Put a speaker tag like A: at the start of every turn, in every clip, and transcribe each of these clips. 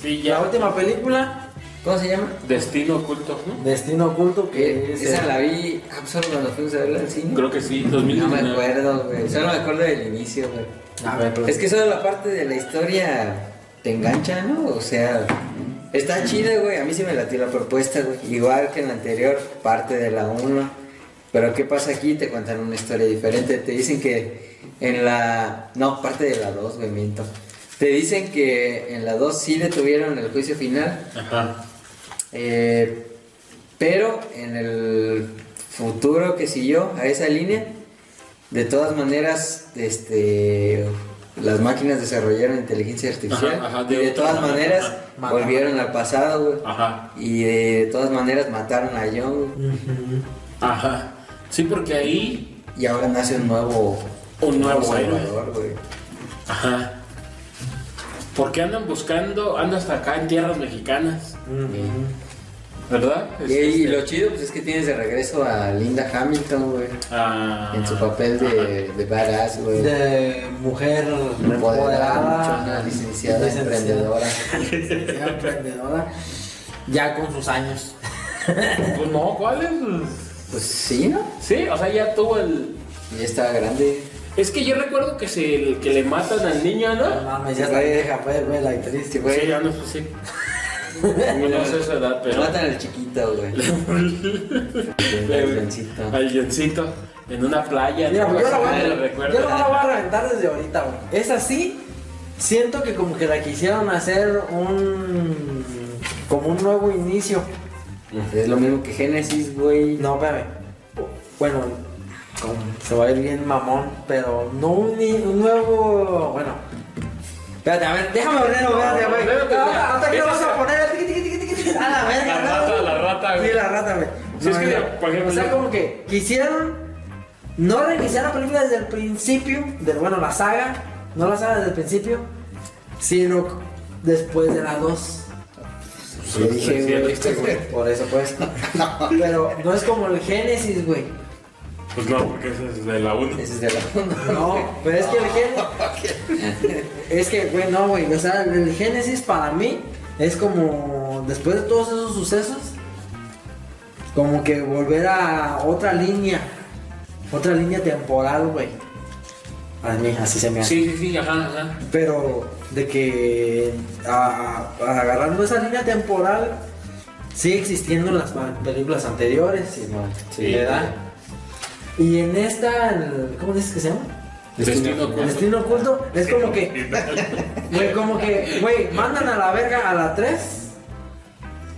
A: Sí,
B: La
A: ya.
B: última película, ¿cómo se llama?
A: Destino oculto, ¿no?
B: Destino Oculto,
C: Que
B: que es.
C: Eh, esa
B: el-
C: la vi ah, pues, solo cuando fuimos a verla al cine.
A: Creo que sí,
C: No me
A: 2019.
C: acuerdo, güey. Solo me acuerdo del inicio, güey.
B: A ver, pero-
C: Ah, Es que solo la parte de la historia te engancha, ¿no? O sea, está chida, güey. A mí sí me latió la propuesta, güey. Igual que en la anterior, parte de la 1. Pero ¿qué pasa aquí? Te cuentan una historia diferente. Te dicen que en la... No, parte de la 2, güey, miento. Te dicen que en la 2 sí detuvieron el juicio final.
A: Ajá.
C: eh, pero en el futuro que siguió a esa línea, de todas maneras, este, las máquinas desarrollaron inteligencia artificial
A: Ajá, ajá, de
C: y de
A: otra
C: todas
A: manera,
C: maneras
B: ajá.
C: volvieron al pasado, güey.
A: Ajá.
C: Y de todas maneras mataron a John, güey.
B: Ujú.
A: Ajá. Sí, porque ahí
C: Y ahora nace un nuevo...
A: un nuevo héroe.
C: salvador, güey.
A: Ajá. Porque andan buscando, andan hasta acá en tierras mexicanas,
B: Ujú.
C: pues,
A: ¿verdad?
C: Y,
A: Es
C: y
A: este,
C: lo chido pues, es que tienes de regreso a Linda Hamilton, güey.
A: ah,
C: En su papel de, de badass, güey.
B: De mujer
C: Empoderada,
B: empoderada,
C: luchona, licenciada, emprendedora.
B: licenciada, emprendedora, ya con sus años.
A: Pues no, ¿cuál es?
C: Pues sí, ¿no?
A: Sí, o sea, ya tuvo el.
C: Ya estaba grande.
A: Es que yo recuerdo que se que le matan al niño,
B: No
A: ¿no?
B: mames, ya está vieja, pues, güey, la actriz.
C: Este
A: Sí,
C: güey.
A: ya no sé si. No sé su edad, pero.
C: Pues Matan al chiquito, güey.
A: Le-
C: El leoncito.
A: Al guioncito. En una playa.
B: Mira,
A: ¿no?
B: pues, yo la voy
A: Ah,
B: a,
A: lo
B: yo
A: recuerdo.
B: la voy a reventar desde ahorita, güey. Es así, siento que como que la quisieron hacer un. como un nuevo inicio.
C: Es lo mismo que Génesis, güey.
B: No, espérame. Bueno, como se va a ir bien mamón, pero no un, ni- un nuevo. Bueno. Espérate, a ver, déjame abrirlo, espérate,
A: No,
B: güey.
A: espérate,
B: Ahora, ahorita que lo vas
A: espérate.
B: a poner, tiqui, tiqui, tiqui, tiqui, a la verga.
A: La rata,
B: ¿no?
A: la rata, güey.
B: Sí, la rata, güey.
A: Sí, es que,
B: mira,
A: por ejemplo,
B: o sea,
A: yo-
B: como que quisieron no reiniciar la película desde el principio, de, bueno, la saga, no la saga desde el principio, sino después de la 2.
C: Le dije,
A: Sí,
C: güey,
A: este güey.
B: Por eso, pues. Pero no es como el Génesis, güey.
A: Pues no, porque esa es de la 1.
C: Ese es de la
B: No, pero es que el Génesis. es que, güey, no, güey. O sea, el Génesis para mí es como. Después de todos esos sucesos, como que volver a otra línea. Otra línea temporal, güey. A mí, así se me hace.
A: Sí, sí, sí, ajá, ajá.
B: Pero de que a- a- agarrando esa línea temporal sigue existiendo en las pa- películas anteriores, sí, no,
A: Sí.
B: ¿verdad? Y en esta, el- ¿cómo dices que se llama?
A: Destino pues,
B: El
A: oculto.
B: destino oculto es como que, güey, como que, güey, mandan a la verga a la 3,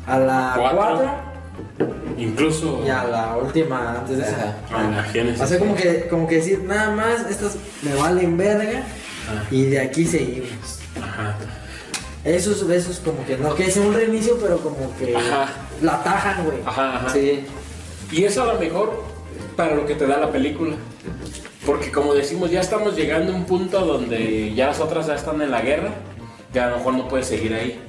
B: a la
A: Cuatro.
B: 4
A: Incluso
B: y a la última antes de esa.
C: Ajá.
A: a la Génesis.
B: O sea, como que, como que decir, nada más, estas me valen verga
A: Ah.
B: y de aquí seguimos.
A: Ajá.
B: Eso es, eso es como que no, que es un reinicio, pero como que
A: Ajá.
B: la tajan, güey.
A: Ajá, ajá.
C: Sí.
A: Y eso a lo mejor para lo que te da la película. Porque como decimos, ya estamos llegando a un punto donde ya las otras ya están en la guerra. Ya a lo mejor no puedes seguir ahí.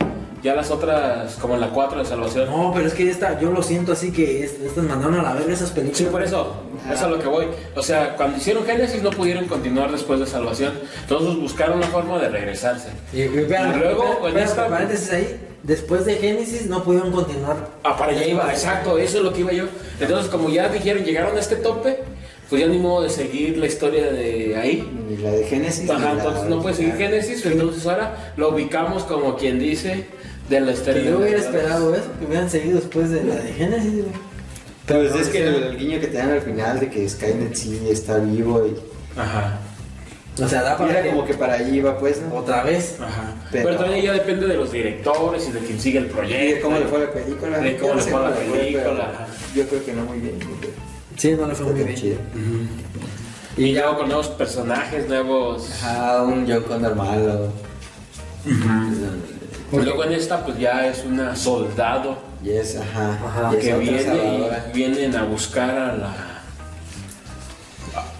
A: Ya las otras, como la 4 de Salvación.
B: No, pero es que esta, yo lo siento así que es- estas mandaron a la verga esas películas.
A: Sí, por eso, eso es lo que voy. O sea, cuando hicieron Génesis no pudieron continuar después de Salvación. Entonces buscaron la forma de regresarse.
B: Y, y vean,
A: Y luego,
B: vean,
A: con
B: vean,
A: esta-
B: paréntesis ahí, después de Génesis no pudieron continuar.
A: Ah, para allá iba, exacto, eso es lo que iba yo. Entonces, como ya dijeron, llegaron a este tope, pues ya ni modo de seguir la historia de ahí.
C: Ni la de Génesis.
A: Ajá,
C: ni la
A: entonces no puede seguir
C: original.
A: Génesis, entonces ahora lo ubicamos como quien dice de la historia.
B: Que yo
A: de
B: hubiera
A: los
B: esperado eso, que hubieran seguido después de la de Génesis, güey.
C: Pues
B: no
C: es que
B: hicieron.
C: el, el guiño que te dan al final de que Skynet sí está vivo y.
A: Ajá,
B: O sea,
A: Ah,
B: da para
C: Era
B: que-
C: como que para allí iba, pues, ¿no?
B: otra vez.
A: ajá. Pero,
C: Pero-
A: también ya depende de los directores y de quien sigue el
C: Y
A: proyecto.
C: de cómo le fue a la película.
A: De
C: Yo
A: Eh, cómo
C: no
A: le
C: sé
A: fue a la
C: cómo le fue,
A: película,
C: pero
A: ajá.
C: Yo creo que no muy bien. yo creo.
B: Sí, no le fue muy
C: Está
B: bien.
C: chido.
A: Ujú. Y luego con nuevos personajes, nuevos.
C: Ajá, un John Connor malo.
A: Y Luego en esta, pues ya es una soldado
C: Yes, ajá.
B: Ajá,
C: Y es
A: que
C: otra
A: viene
C: salvadora.
A: y vienen a buscar a la. A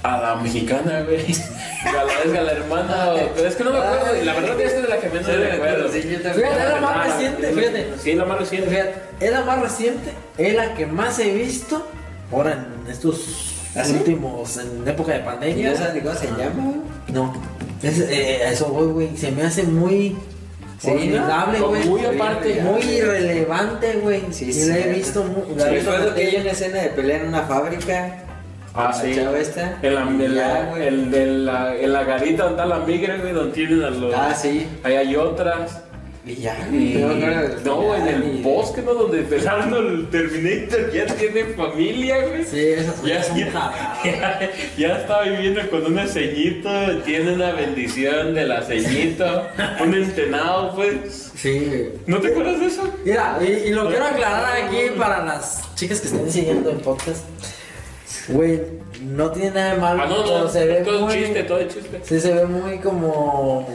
A: a la mexicana, güey. A la vez a la hermana. o- Pero es que no me acuerdo. y La verdad, esta es de la que menos
C: Sí,
A: me acuerdo.
C: sí, yo también.
B: Fíjate, era
A: Ah,
B: más reciente, fíjate.
A: Sí, la más reciente.
B: Fíjate, es la más reciente, es la que más he visto ahora en estos
C: ¿Ah, sí?
B: últimos, en época de
C: ¿Y
B: pandemia.
C: no sabes ni cómo se llama?
B: eh, No, es, eh, a eso voy, güey. Se me hace muy
C: Sí, ¿no?
B: Olvidable, güey.
A: Muy aparte.
B: Muy irrelevante, güey.
C: Sí,
B: y
C: sí.
B: la he visto muy. la he visto
C: Recuerdo que
B: bastante.
C: hay una escena de pelea en una fábrica.
A: Ah,
C: La
A: sí.
C: chava esta.
A: En la, en
C: Ya,
A: la-
C: güey.
A: el de la- en la garita donde está la migra, güey, donde tienen a los.
C: Ah, sí.
A: Ahí hay otras.
C: Y ya.
A: Y-
C: no, no era del
A: no, en
C: final,
A: el
C: y-
A: bosque, ¿no? Donde pelearon Pues, el Terminator, ya tiene familia, güey.
B: Sí, esas
A: Ya,
B: cosas son
A: ya,
B: jaladas.
A: ya, está viviendo con una ceñito, tiene una bendición de la ceñito, un entenado, pues.
B: Sí, güey.
A: ¿No te acuerdas de eso?
B: Mira, y, y lo quiero aclarar aquí para las chicas que estén siguiendo el podcast. Güey, no tiene nada de malo,
A: Ah, no,
B: pero
A: no,
B: se ve
A: todo
B: muy,
A: es chiste, todo es chiste.
B: Sí, se ve muy como...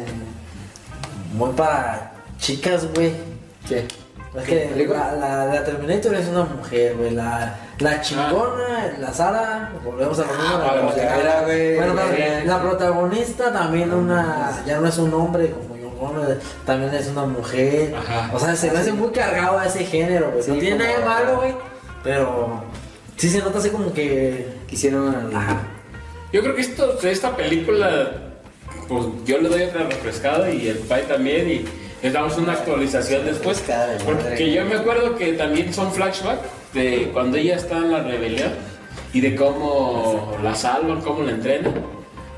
B: Muy para chicas, güey.
C: ¿Qué?
B: Es que
C: ¿Película?
B: la, la, la Terminator es una mujer, güey. La,
C: Ah.
B: la chingona, la Sara, volvemos a lo mismo. la
A: vale,
B: protagonista.
C: era, güey,
B: Bueno, pero
C: era.
B: la protagonista también una, ya no es un hombre como yo, bueno, también es una mujer.
A: Ajá.
B: O sea, se me hace muy cargado a ese género, güey.
C: Sí,
B: no tiene nada de
C: como-
B: malo, güey. Pero sí se nota así como que.
C: Quisieron.
B: Ajá.
A: Yo creo que esto, esta película, pues yo le doy otra refrescada y el Pai también y les damos una actualización después.
C: Refrescada de madre.
A: Porque yo me acuerdo que también son flashbacks de cuando ella está en la rebelión y de cómo la salvan, cómo la entrenan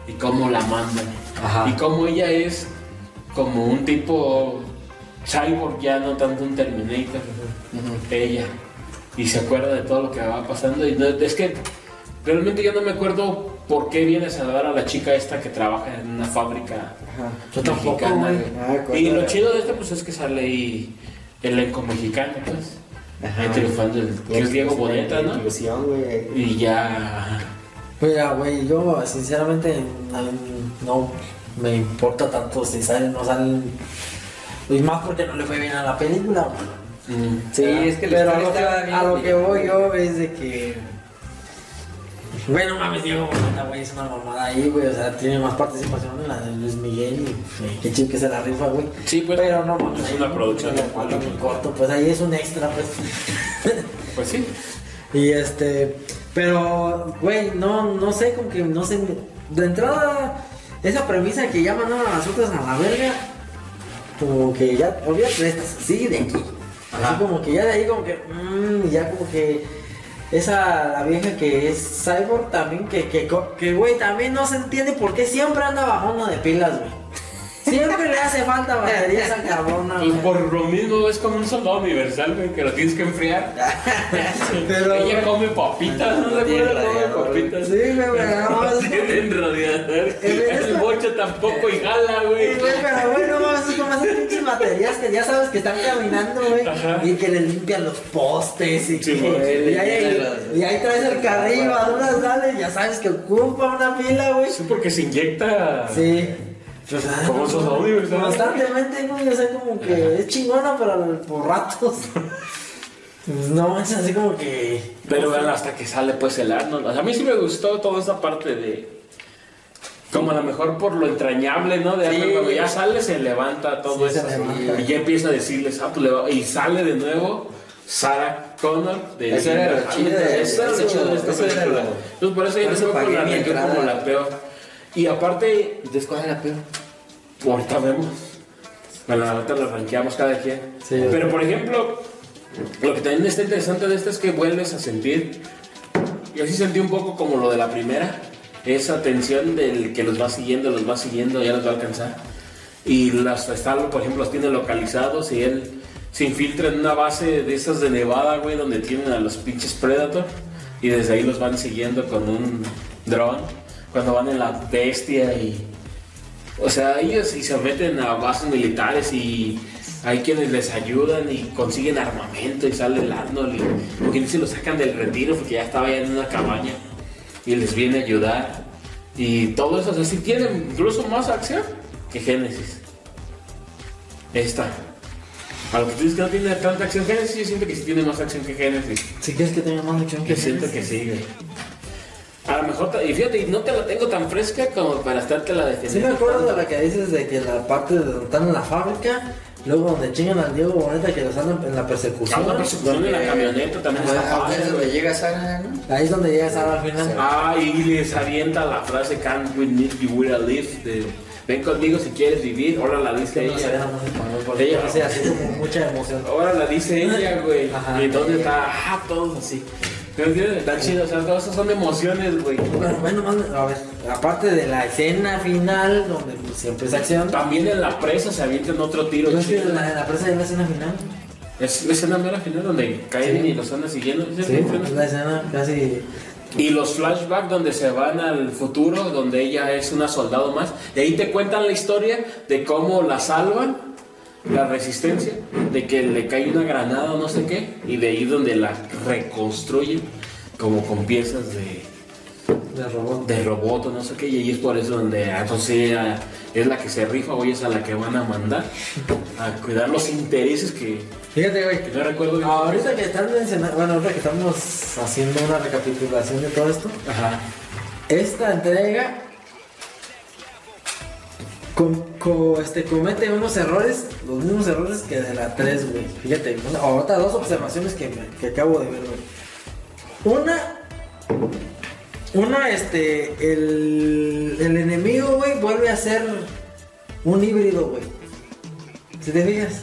A: y cómo la mandan.
C: Ajá.
A: Y cómo ella es como un tipo cyborg, ya no tanto un Terminator, ella. Y se acuerda de todo lo que va pasando. Y no- es que realmente yo no me acuerdo por qué viene a salvar a la chica esta que trabaja en una fábrica
C: Ajá.
B: Yo tampoco,
A: mexicana.
B: güey.
A: güey.
C: Ah, de acuerdo.
A: y lo chido de esto pues es que sale ahí elenco mexicano, pues.
C: Ajá.
A: Ahí triunfando el que es Diego Boneta, ¿no?
C: Inclusión, güey.
A: Y ya
B: Mira, güey, yo sinceramente a mí no me importa tanto si salen o no salen. Y más porque no le fue bien a la película, güey.
A: mm,
C: Sí, es que
B: Ah,
C: la
B: Pero a
C: historia
B: lo, que,
C: estaba bien
B: a lo que
C: complicada.
B: voy yo es de que. Bueno, mames, Diego Boneta, güey, es una mamada ahí, güey. O sea, tiene más participación en la de Luis Miguel y eh, qué chido que se la rifa, güey.
A: Sí, pues,
B: Pero no mames.
A: es
B: ahí
A: una
B: no
A: producción
B: le
A: de
B: falta
A: Hollywood.
B: ni corto, pues ahí es un extra, pues.
A: pues sí.
B: Y este, pero, güey, no, no sé, como que no sé. De entrada, esa premisa que ya mandaron a las otras a la verga, como que ya, obviamente, esta se sigue de aquí. Así como que ya de ahí, como que, mmm, ya como que. Esa la vieja que es cyborg también, que, que, co- que, güey, también no se entiende por qué siempre anda bajo uno de pilas, güey. Siempre le hace falta batería a esa carbona,
A: Pues
B: güey.
A: por lo mismo es como un soldado universal, güey, que lo tienes que enfriar.
B: Pero-
A: Ella come papitas, ¿no
C: No
A: te
C: tiene
A: acuerdas? Come
C: radiador, güey.
A: papitas.
B: Sí, güey, güey, no,
A: No
B: es-
A: tienen radiador.
B: verdad.
A: El bocho tampoco y jala,
B: Sí,
A: güey.
B: güey, pero bueno, mames, es como esas pinches baterías que ya sabes que están caminando, güey.
A: Ajá.
B: Y que le limpian los postes y,
A: Sí,
B: que-
A: güey.
B: y, ahí, y ahí traes el carrillo, duras dale, ya sabes que ocupa una pila, güey.
A: Sí, porque se inyecta.
B: Sí. Ah, pues,
A: Como esos audios, ¿sabes?
B: Constantemente, güey, o sea, como que es chingona, pero por ratos. Pues, No, es así como que.
A: Pero bueno, hasta que sale pues el Arnold. O sea, a mí sí me gustó toda esa parte de. Como a lo mejor por lo entrañable, ¿no? De
C: Sí.
A: Arnold, cuando ya sale, se levanta todo
B: Sí,
A: eso.
B: se levanta.
A: Y ya empieza a decirles, ah, pues le va- Y sale de nuevo Sarah Connor. De
C: Eso era lo chido de-
A: Eso era lo
C: eso-
A: chido de esta
C: eso era
A: película.
C: lo-
A: Entonces por eso yo
C: por eso
A: creo que
C: pagué
A: la
C: mi
A: arranqué
C: entrada.
A: como la peor. Y aparte,
C: Entonces, ¿cuál es la peor?
A: ahorita vemos. Bueno, ahorita la ranqueamos cada quien.
B: Sí.
A: Pero por ejemplo, lo que también está interesante de esta es que vuelves a sentir. Yo sí sentí un poco como lo de la primera. Esa tensión del que los va siguiendo, los va siguiendo, ya los va a alcanzar. Y las está, por ejemplo, los tiene localizados y él se infiltra en una base de esas de Nevada, güey, donde tienen a los pinches Predator. Y desde ahí los van siguiendo con un dron. Cuando van en la bestia y. O sea, ellos sí se meten a bases militares y hay quienes les ayudan y consiguen armamento y sale el Arnold y o quienes se lo sacan del retiro porque ya estaba ya en una cabaña y les viene a ayudar y todo eso. O sea, sí tienen incluso más acción que Génesis. Esta. A lo que tú dices que no tiene tanta acción Génesis, yo siento que sí tiene más acción que Génesis.
B: Si quieres que tenga más mucho
A: Que siento que sí, güey. A lo mejor, te- y fíjate, y no te la tengo tan fresca como para estarte la
B: Sí me
A: defendiendo.
B: acuerdo
A: tanto.
B: de la que dices de que la parte de donde están en la fábrica, luego donde chingan al Diego Boneta que los andan en la
A: Ah,
B: persecución.
A: una persecución en la camioneta también está
C: Ah, es
A: padre,
C: donde
A: güey.
C: llega Sara, ¿no?
B: Ahí es donde llegas ahora al final.
A: Ah, y les avienta la frase Can't we need you will live de Ven conmigo si quieres vivir. Ahora la
B: Es que
A: dice
B: no se
A: ella.
B: deja mucho con los golpes,
A: Ella-
B: o sea, así como mucha emoción.
A: Ahora la dice ella, güey.
B: Ajá.
A: Y entonces está, ah, todos así. Pero entiendes? Está chido, o sea, todas esas son emociones, güey.
B: Bueno, bueno, bueno, a ver, aparte de la escena final, donde pues, siempre es acción.
A: También en la presa se avientan otro tiro.
B: ¿No es que
A: chido.
B: la, la presa es la escena final?
A: Es la escena mera final donde caen
B: Sí.
A: y los andan siguiendo. ¿sí?
B: Es la escena casi.
A: Y los flashbacks donde se van al futuro, donde ella es una soldado más. Y ahí te cuentan la historia de cómo la salvan, la resistencia, de que le cae una granada o no sé qué. Y de ahí donde la reconstruyen como con piezas de,
B: de robot.
A: de robot o no sé qué. Y ahí es por eso donde ah, entonces ella es la que se rifa o ella es a la que van a mandar a cuidar los intereses que,
B: Fíjate, güey.
A: que no recuerdo. bien.
B: Ah, Ahorita que están mencionando, bueno, ahorita que estamos haciendo una recapitulación de todo esto,
A: Ajá.
B: esta entrega com- co- este, comete unos errores, los mismos errores que de la 3, güey. Fíjate, una- ahorita dos observaciones que, me- que acabo de ver, güey. Una, una, este, el, el enemigo, güey, vuelve a ser un híbrido, güey. Si te fijas.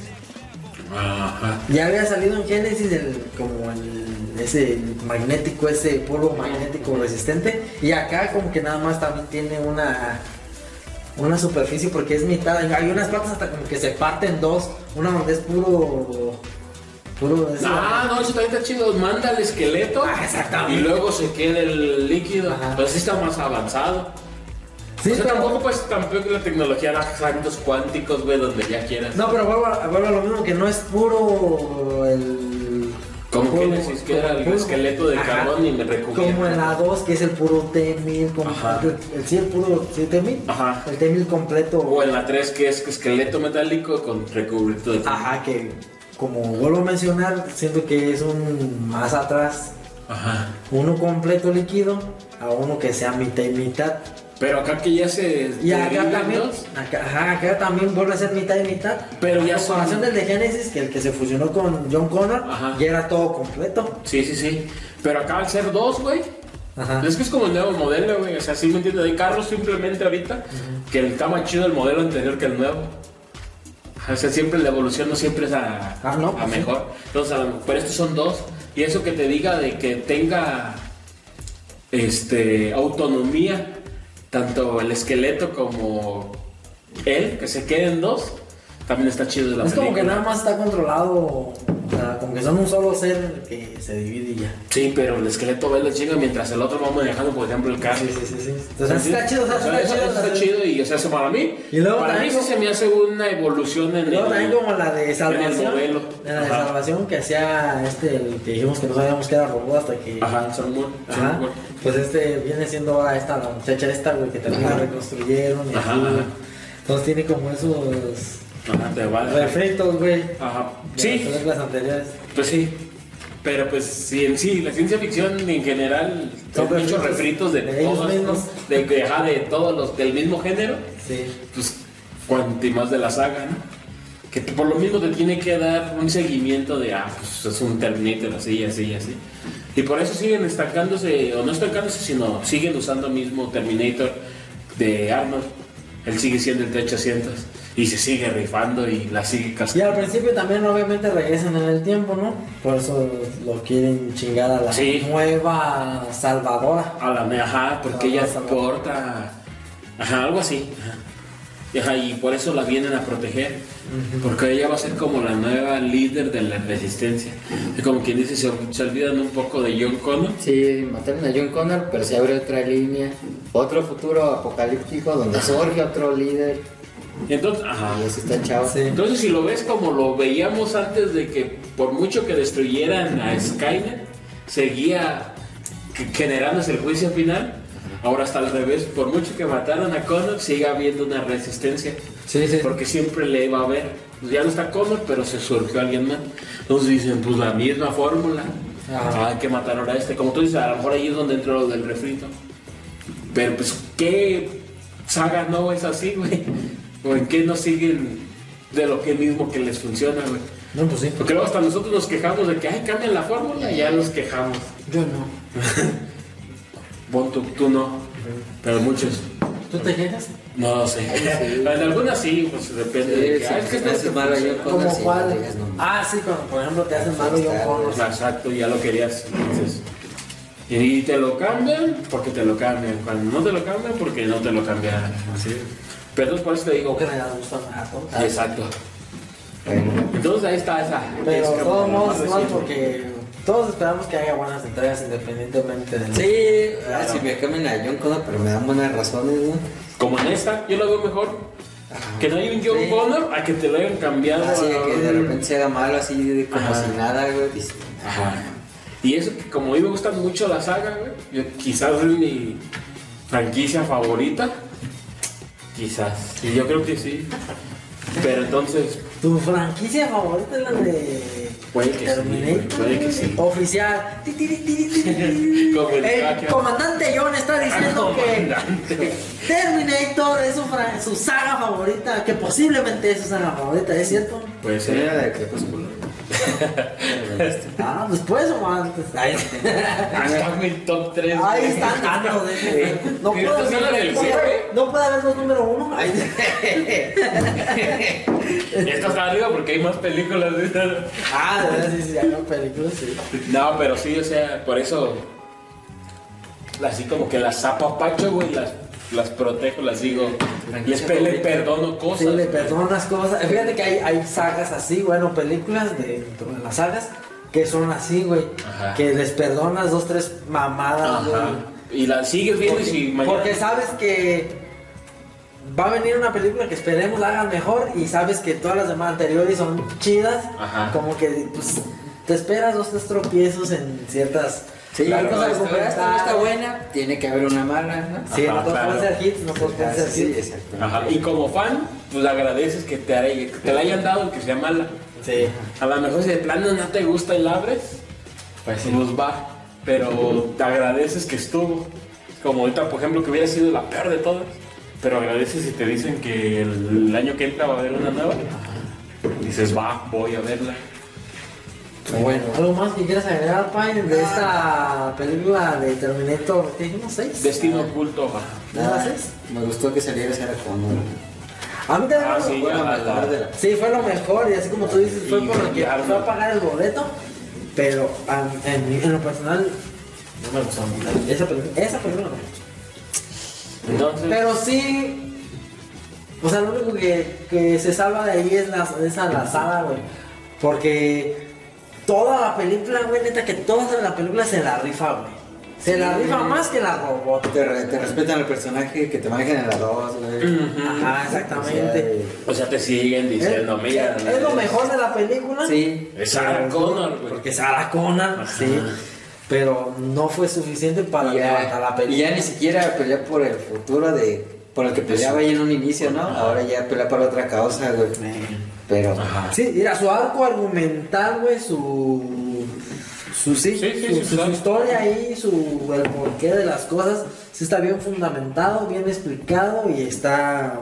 A: Ajá.
B: Ya había salido en Genesis el, como el, ese magnético, ese polvo magnético resistente. Y acá como que nada más también tiene una, una superficie porque es mitad. Hay unas partes hasta como que se parten dos. Una donde es puro... puro ese-
A: Ah, no, eso también está chido. Manda el esqueleto.
B: Ah, exactamente.
A: Y luego se queda el líquido.
B: Ajá.
A: Pero sí está más avanzado.
B: Sí,
A: o sea,
B: pero-
A: tampoco pues tampoco la tecnología da saltos cuánticos, güey, donde ya quieras.
B: No, pero vuelvo, a- vuelvo a lo mismo que no es puro el...
A: Como
B: polvo,
A: Genesis, que era el
B: polvo.
A: esqueleto de
B: Ajá.
A: carbón y me recubierto.
B: Como en la 2, que es el puro T-1000, como
A: Ajá.
B: el, el- sí, el puro sí, T-1000,
A: Ajá.
B: el T-1000 completo.
A: O en la 3 que es esqueleto metálico con recubierto de
B: Ajá, que como vuelvo a mencionar, siento que es un más atrás,
A: Ajá.
B: uno completo líquido a uno que sea mitad y mitad.
A: Pero acá que ya se
B: Y acá
A: derivan
B: también,
A: dos,
B: acá, ajá, acá también vuelve a ser mitad y mitad.
A: Pero ya
B: A
A: son-
B: comparación del de Genesis, que el que se fusionó con John Connor,
A: Ajá.
B: ya era todo completo.
A: Sí, sí, sí. Pero acá al ser dos, güey.
B: Ajá.
A: Es que es como el nuevo modelo, güey. O sea, sí me entiendo. Hay carros simplemente ahorita que el- está más chido el modelo anterior que el nuevo. O sea, siempre la evolución no siempre es a,
B: Ah, no,
A: a
B: pues sí.
A: mejor. Entonces, a lo- pero estos son dos. Y eso que te diga de que tenga este autonomía, tanto el esqueleto como él, que se queden dos, también está chido de la
B: es como que
A: película.
B: nada más está controlado, o sea, como que son un solo ser que se divide y ya.
A: Sí, pero el esqueleto ve la chinga mientras el otro va manejando, por ejemplo, el carro.
B: Sí, sí, sí, sí. Entonces, está chido, o sea,
A: O sea,
B: está
A: eso-
B: chido.
A: eso
B: o sea,
A: está chido y o sea, eso para mí.
B: Y luego
A: para mí
B: también
A: sí
B: como-
A: se me hace una evolución en
B: Yo
A: el-
B: también como la de
A: en el
B: salvación.
A: modelo.
B: La de
A: Ajá.
B: salvación que hacía este, el que dijimos que no sabíamos que era robot hasta que.
A: Ajá, Sun Moon.
B: Ajá.
A: Ajá.
B: Pues este viene siendo ahora esta, la muchacha esta, güey, que también la reconstruyeron y
A: Ajá,
B: así.
A: ajá.
B: Entonces tiene como esos
A: Ajá, te va.
B: refritos, güey. de
A: Ajá.
B: las
A: Sí,
B: películas anteriores.
A: pues sí. Pero pues sí, en sí, la ciencia ficción en general son
B: Son
A: muchos
B: refritos
A: refritos de,
B: de ellos
A: todos,
B: mismos.
A: ¿no? de, que- ajá, de todos los del mismo género.
B: Sí.
A: pues cuanto más de la saga, ¿no? Que te- por lo mismo te tiene que dar un seguimiento de, ah, pues es un Terminator, así, así, así. Y por eso siguen estancándose, o no estancándose, sino siguen usando el mismo Terminator de Arnold. Él sigue siendo el T-800 y se sigue rifando y la sigue
B: Y al
A: cascando.
B: principio también obviamente regresan en el tiempo, ¿no? Por eso lo quieren chingar a la
A: Sí.
B: nueva salvadora.
A: A la me- ajá, porque
B: Ah,
A: ella
B: vas a ver.
A: porta, ajá, algo así. ajá. Y Ajá, y por eso la vienen a proteger, porque ella va a ser como la nueva líder de la resistencia. Y como quien dice, se, se olvidan un poco de John Connor.
C: Sí, mataron a John Connor, pero se abre otra línea, otro futuro apocalíptico donde surge otro líder
A: Entonces, ajá.
C: y así está chavo.
B: Sí.
A: Entonces, si lo ves como lo veíamos antes de que por mucho que destruyeran a Skynet, seguía g- generándose el juicio final. Ahora está al revés, por mucho que mataron a Connor, sigue habiendo una resistencia.
B: Sí, sí.
A: Porque siempre le va a haber. Pues ya no está Connor, pero se surgió alguien más. Entonces dicen, pues la misma fórmula.
B: Ajá.
A: Hay que matar ahora a este. Como tú dices, a lo mejor ahí es donde entró lo del refrito. Pero pues, ¿qué saga no es así, güey? ¿O en qué no siguen de lo que mismo que les funciona, güey?
B: No, pues sí.
A: Porque luego hasta nosotros nos quejamos de que, ay, cambian la fórmula y ya nos quejamos.
B: Yo no.
A: Bon, tú, tú no, pero muchos.
B: ¿Tú te quejas?
A: No lo sé. En algunas sí, pues depende de que.
C: Sí,
A: ah, es que
C: me haces
A: este-
C: malo yo con
B: Como
C: así, no
B: cuál.
C: digas, no.
B: Ah, sí, cuando por ejemplo te hacen malo y un cono.
A: Exacto, ya lo querías. Entonces, y te lo cambian porque te lo cambian. Cuando no te lo cambian porque no te lo cambian. Así. Pero por eso te digo.
B: Porque me las gustan
C: Ah,
B: a todos.
A: Exacto.
C: Bueno,
A: Entonces ahí está esa.
B: Pero
A: Es
B: de
A: como
B: todos
A: la
B: modos
A: más
B: es mal
A: reciente.
B: porque todos esperamos que haya buenas entregas independientemente del.
C: Sí, ah, si me cambian a John Connor, pero me dan buenas razones, ¿no? Ah,
A: Como en esta, yo lo veo mejor. Que no hay un John
C: Sí.
A: Connor a que te lo hayan cambiado.
C: Así de
A: a
C: que de
A: un-
C: repente se haga malo, así de como
A: Ajá.
C: si nada, güey. dice, "Ah".
A: Ajá. Y eso que como a mí me gusta mucho la saga, güey, yo- quizás es mi franquicia favorita. Quizás. Y yo creo que sí. Pero entonces,
B: Tu franquicia favorita es la de.
A: Puede que sí,
B: Terminator.
A: puede que sí.
B: Oficial. Ti, ti, ti, ti, ti, ti.
A: Como el
B: el
A: Kraken.
B: comandante John está diciendo que.
A: comandante.
B: Terminator es su, fra- su saga favorita, que posiblemente es su saga favorita, ¿es cierto?
A: puede
C: ¿Esa era
A: ser.
C: la de pues, Crepúsculo?
B: Ah, después o antes. Ahí,
A: Ah, está mi top 3.
B: ahí están dando. de- Este, ah, No
A: ¿Y esta
B: puedo
A: es la del
B: no puede-
A: jefe?
B: no puede haber dos número uno.
A: Esta está arriba porque hay más películas. ¿sí?
B: Ah, de verdad, sí, sí, hay una película, sí.
A: No, pero sí, o sea, por eso. Así como que las zapapacho, güey, las, las protejo, las digo. Les pe- le perdono cosas.
B: Sí, le
A: güey.
B: perdonas cosas. Fíjate que hay, hay sagas así, bueno, películas dentro de las sagas que son así, güey.
A: Ajá.
B: Que les perdonas dos, tres mamadas, güey.
A: Ajá. Y las sigues viendo y si mañana.
B: Porque sabes que va a venir una película que esperemos la hagan mejor y sabes que todas las demás anteriores son chidas.
A: Ajá.
B: Como que pues, te esperas dos, tres tropiezos en ciertas.
C: Sí,
B: Hay
C: claro,
B: cosas
C: pero esta, esta está
B: argumentales.
C: buena, tiene que haber una mala, ¿no?
B: Sí,
A: Ajá,
B: no todos
A: claro.
B: pueden ser hits, no todos pueden
C: Ah,
B: ser
C: sí,
B: hits.
C: exacto.
A: Ajá. Y como fan, pues agradeces que te, hare- que te la hayan dado, que sea mala.
B: Sí.
A: A lo mejor si de plano no te gusta el abres, pues sí nos va. Pero te agradeces que estuvo. Como ahorita, por ejemplo, que hubiera sido la peor de todas. Pero agradeces si te dicen que el, el año que entra va a haber una nueva. Dices, va, voy a verla.
C: Bueno,
B: ¿Algo más que quieras agregar, Pine, de esta película de Terminator? ¿Qué dijimos? ¿Seis?
A: Destino oculto, va. Ah,
B: ¿Nada
C: nada,
B: más es?
C: me gustó que saliera Sarah Connor.
B: A mí también
A: Ah,
B: me-
A: sí,
C: Fue la
A: ya,
C: mejor de la-
B: Sí, fue lo mejor, y así como tú dices, fue
A: Y
B: por lo que
A: ya,
B: fue a
A: ¿no?
B: pagar el boleto, pero a- en, mi- en lo personal no me gustó mucho. Esa película, esa película no me gustó.
A: Entonces,
B: Pero sí, o sea, lo único que, que se salva de ahí es la, esa lazada, güey. Porque toda la película, güey, neta, que toda la película se la rifa, güey. Se la rifa más que la robot.
C: Te, re- te respetan el personaje, que te manejan en la dos, güey. Ah,
B: Ajá, exactamente.
A: o sea, te siguen diciendo,
B: Es-
A: mira.
B: es lo mejor de la película.
C: Sí.
A: Es Sarah Connor, güey.
B: Porque Sarah Connor,
A: Ajá.
B: sí. Pero no fue suficiente para
C: Y
B: levantar Ah, la
C: ya, y
B: película.
C: ya ni siquiera pelea por el futuro de por el que peleaba ahí en un inicio, ¿no? Ahora ya pelea por otra causa, güey. Pero
A: Ajá.
B: Sí, mira, su arco argumental, güey, su. Su, sí,
A: Sí, sí,
B: su,
A: sí,
B: su- su
A: claro.
B: historia ahí, su el porqué de las cosas, sí está bien fundamentado, bien explicado y está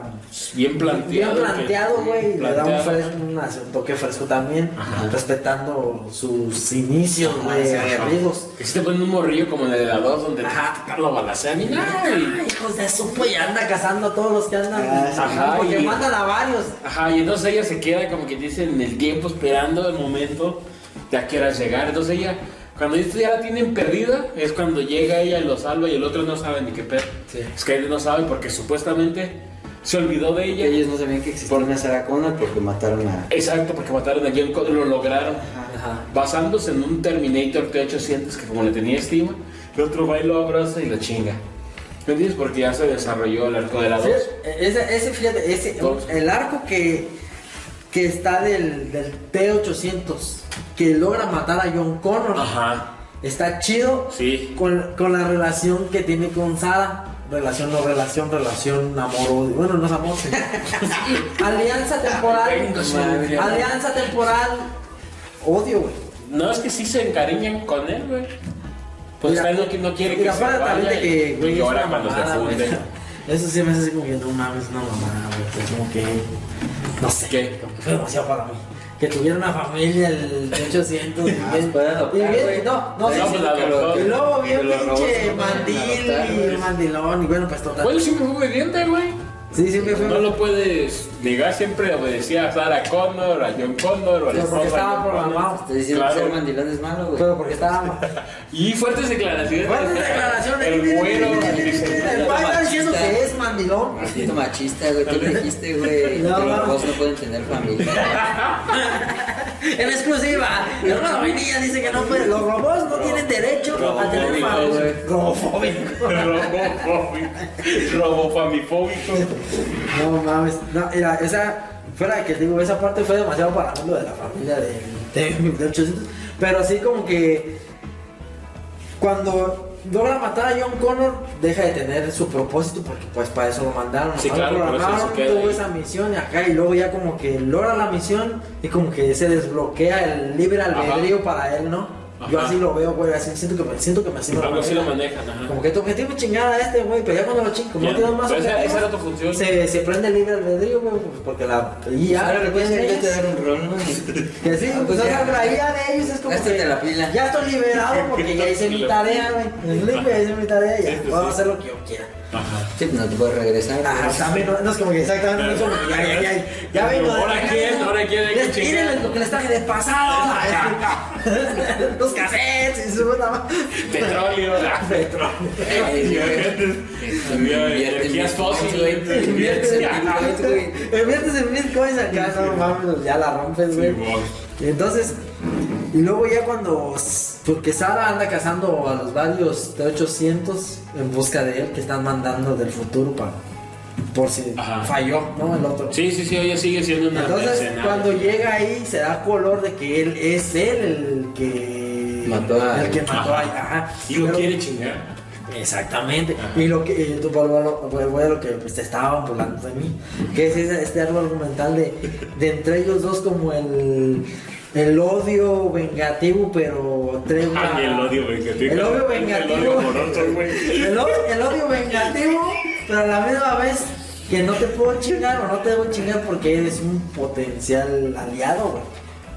A: Bien planteado.
B: bien planteado,
A: que-
B: güey, y le da un,
A: planteado.
B: fres- un hace un toque fresco también,
A: Ajá.
B: respetando sus inicios,
C: Ajá,
B: güey,
C: sí,
B: aguerridos.
A: Que si te ponen un morrillo como en el helador donde ajá, Carlos Balacén y nada.
B: Ay,
A: y-
B: hijos de su pues ya anda cazando a todos los que andan.
C: Ah, sí.
A: Ajá,
B: porque
A: y-
B: mandan a varios.
A: Ajá, y entonces ella se queda como que dice en el tiempo esperando el momento de a qué hora llegar. Entonces ella, cuando esto ya la tienen perdida, es cuando llega ella y lo salva y el otro no sabe ni qué pedo.
B: Sí.
A: Es que él no sabe porque supuestamente se olvidó de ella.
C: ellos no sabían que existía una Sarah Connor porque mataron a.
A: Exacto, porque mataron a John Connor, lo lograron.
B: Ajá.
A: Basándose en un Terminator T-800 que como le tenía estima, el otro va y lo abraza y lo chinga. ¿Me entiendes? Porque ya se desarrolló el arco de la 2.
B: Ese, ese, fíjate, ese,
A: Dos.
B: el arco que, que está del, del T-800, que logra matar a John Connor,
A: Ajá.
B: está chido
A: Sí.
B: con, con la relación que tiene con Sara. Relación, no relación, relación, amor, odio. Bueno, no es amor. sí. Alianza temporal.
A: Vengo, madre.
B: Alianza temporal. Odio, güey.
A: No, es que sí se encariñan con él, güey. Pues
B: Mira,
A: él no, qui- no quiere
B: mira,
A: que se
B: aparte también
A: vaya
B: de que,
A: y-
B: güey,
A: y
B: es
A: llora
B: una
A: cuando se
B: mamada, güey.
A: funde.
B: Eso sí me hace así como que no mames, no mamada, güey. Pues como que. No sé.
A: ¿Qué?
B: Fue demasiado para mí. Que tuviera una familia el 800 y
C: Ah,
B: bien.
C: puede adoptar,
B: y bien-
C: güey.
B: no, no,
A: Sí,
B: sí,
A: pues,
B: sí,
A: la
B: que
A: adoptó.
B: lo- Y luego bien
C: Que lo robó,
B: pinche
C: se lo pueden
B: mandil
C: adoptar,
B: y
C: güey.
B: mandilón. Y bueno, pues total.
A: Bueno, siempre fue obediente, güey.
B: Sí, siempre fue.
A: No lo puedes negar, siempre obedecía a Sarah Connor, a John Connor, o a la
B: Pero
A: esposa
B: porque
A: de
B: estaba
A: John Connor.
B: programado.
C: Te diciendo
A: Claro.
C: que ser mandilón es malo, güey.
B: Pero porque estaba.
A: Y fuertes declaraciones.
B: Fuertes declaraciones.
A: El güero, el
B: El
A: diseñador.
B: pai está diciendo que es mandilón.
C: Maldito machista, güey. Tú me dijiste, güey,
B: No,
C: que los
B: mames.
C: dos no pueden tener familia.
B: En exclusiva, Leonardo Vainilla dice que no puede. Los robots no tienen derecho a tener
A: Robofóbico,
B: familia.
A: güey.
B: Robofóbico.
A: Robofóbico. Robofamifóbico.
B: No mames. No, mira, esa. Fuera de que digo, esa parte fue demasiado para mí, lo de la familia de, de, de 800. Pero así como que. Cuando logra matar a John Connor, deja de tener su propósito porque, pues, para eso lo mandaron.
A: Sí,
B: ¿no?
A: claro, por eso se
B: programaron,
A: queda
B: tuvo
A: ahí.
B: esa misión y acá, y luego ya como que logra la misión y como que se desbloquea el libre albedrío para él, ¿no? Yo
A: Ajá.
B: así lo veo, güey, así siento que me siento que me siento
A: Algo así lo manejan, ajá.
B: Como que tu objetivo es chingar a este, güey, pero ya cuando lo chingas, como no
A: Ya,
B: tienes más
A: pero esa-
B: objetivos,
A: esa era tu función.
B: Se, se prende el libre albedrío, güey, pues, porque la. Y
C: Ahora
B: ahora
C: le puedes
B: que
C: yo te dar un rol, ¿no?
B: Que pues, sí,
C: Ah,
B: pues
C: pues
B: no
C: ya.
B: la idea de ellos es como.
A: Este
C: Gástate
B: que
C: la pila.
B: Ya estoy liberado porque ya hice mi tarea, güey. Es libre, ya hice mi tarea,
A: Sí,
B: ya.
A: pues,
B: Puedo
A: sí.
B: hacer lo que yo quiera. Ah,
A: Ajá.
C: Sí, pues no te puedes regresar. pues.
B: Ajá,
C: güey.
B: también, no, no es como que exactamente, no es como que ya, ya, ya, ya vengo de
A: Ahora
B: la
A: quién,
B: calle, ¿no?
A: ahora quién, hay que
B: Les-
A: chingar.
B: Miren lo que les traje de pasado, la- los cassettes y su puta madre.
A: Petróleo. ah, Petróleo.
C: Invierte en
A: Energías
C: bitcoins,
A: fósiles.
C: güey. Invierte en bitcoins, güey.
B: Inviertes en bitcoins acá, no mames, ya la rompes, güey. Entonces, y luego ya cuando, porque Sara anda cazando a los varios T800 en busca de él que están mandando del futuro para, por si
A: Ajá.
B: falló, ¿no? El otro.
A: Sí, sí, sí, ella sigue siendo una
B: Entonces,
A: mercenaria.
B: cuando llega ahí, se da color de que él es él el que
C: Mató a-
B: el que mató a- ajá.
A: Y lo
B: Pero-
A: quiere chingar.
B: Exactamente.
A: Ajá.
B: Y lo que eh, tú vuelvo a lo, vuelvo a lo que pues, te estaba burlando de mí, que es ese- este árbol argumental de, de entre ellos dos como el, el odio vengativo, pero tregua.
A: Ah, y el odio vengativo.
B: El odio
A: El
B: vengativo.
A: odio amoroso, güey.
B: El odio, el odio vengativo, pero a la misma vez que no te puedo chingar o no te debo chingar porque eres un potencial aliado, güey.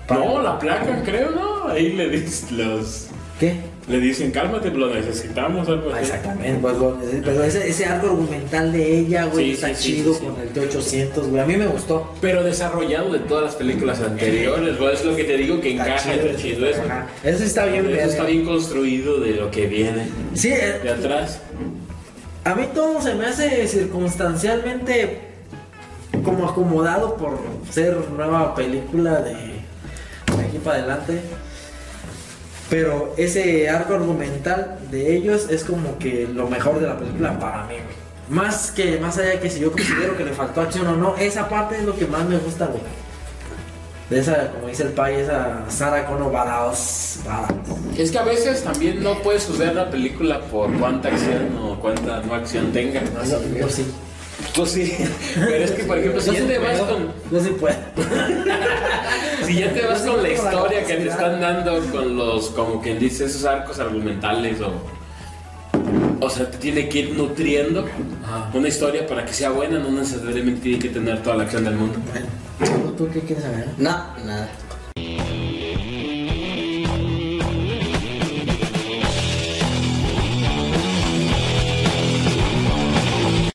A: No, la placa, creo, ¿no? Ahí le dicen los.
B: ¿Qué?
A: Le dicen, cálmate, lo necesitamos, algo
B: Ah,
A: así.
B: Exactamente, pues, lo- pero ese, ese arco argumental de ella, güey,
A: Sí,
B: está
A: sí, sí,
B: chido
A: sí, sí.
B: con el T800, güey. A mí me gustó.
A: Pero desarrollado de todas las películas anteriores, güey, es lo que te digo que
B: Está
A: encaja, está chido eso.
B: Ajá. Eso está bien,
A: Eso
B: verga.
A: está bien construido de lo que viene
B: Sí, eh,
A: de atrás.
B: a mí todo se me hace circunstancialmente como acomodado por ser nueva película de, de aquí para adelante. Pero ese arco argumental de ellos es como que lo mejor de la película para mí, güey. Más que, más allá que si yo considero que le faltó acción o no, esa parte es lo que más me gusta, güey. De esa, como dice el país, esa Sara Cono Badaos. badaos.
A: Es que a veces también no puedes juzgar la película por cuánta acción o cuánta no acción tenga.
B: No, eso, yo sí.
A: Pues sí, pero es que por ejemplo, si ya te vas con,
B: Yo sí puedo.
A: si ya te vas con la historia que te están dando con los, como quien dice, esos arcos argumentales o... O sea, te tiene que ir nutriendo una historia para que sea buena, no necesariamente tiene que tener toda la acción del mundo.
B: ¿Tú qué quieres saber?
C: No, nada.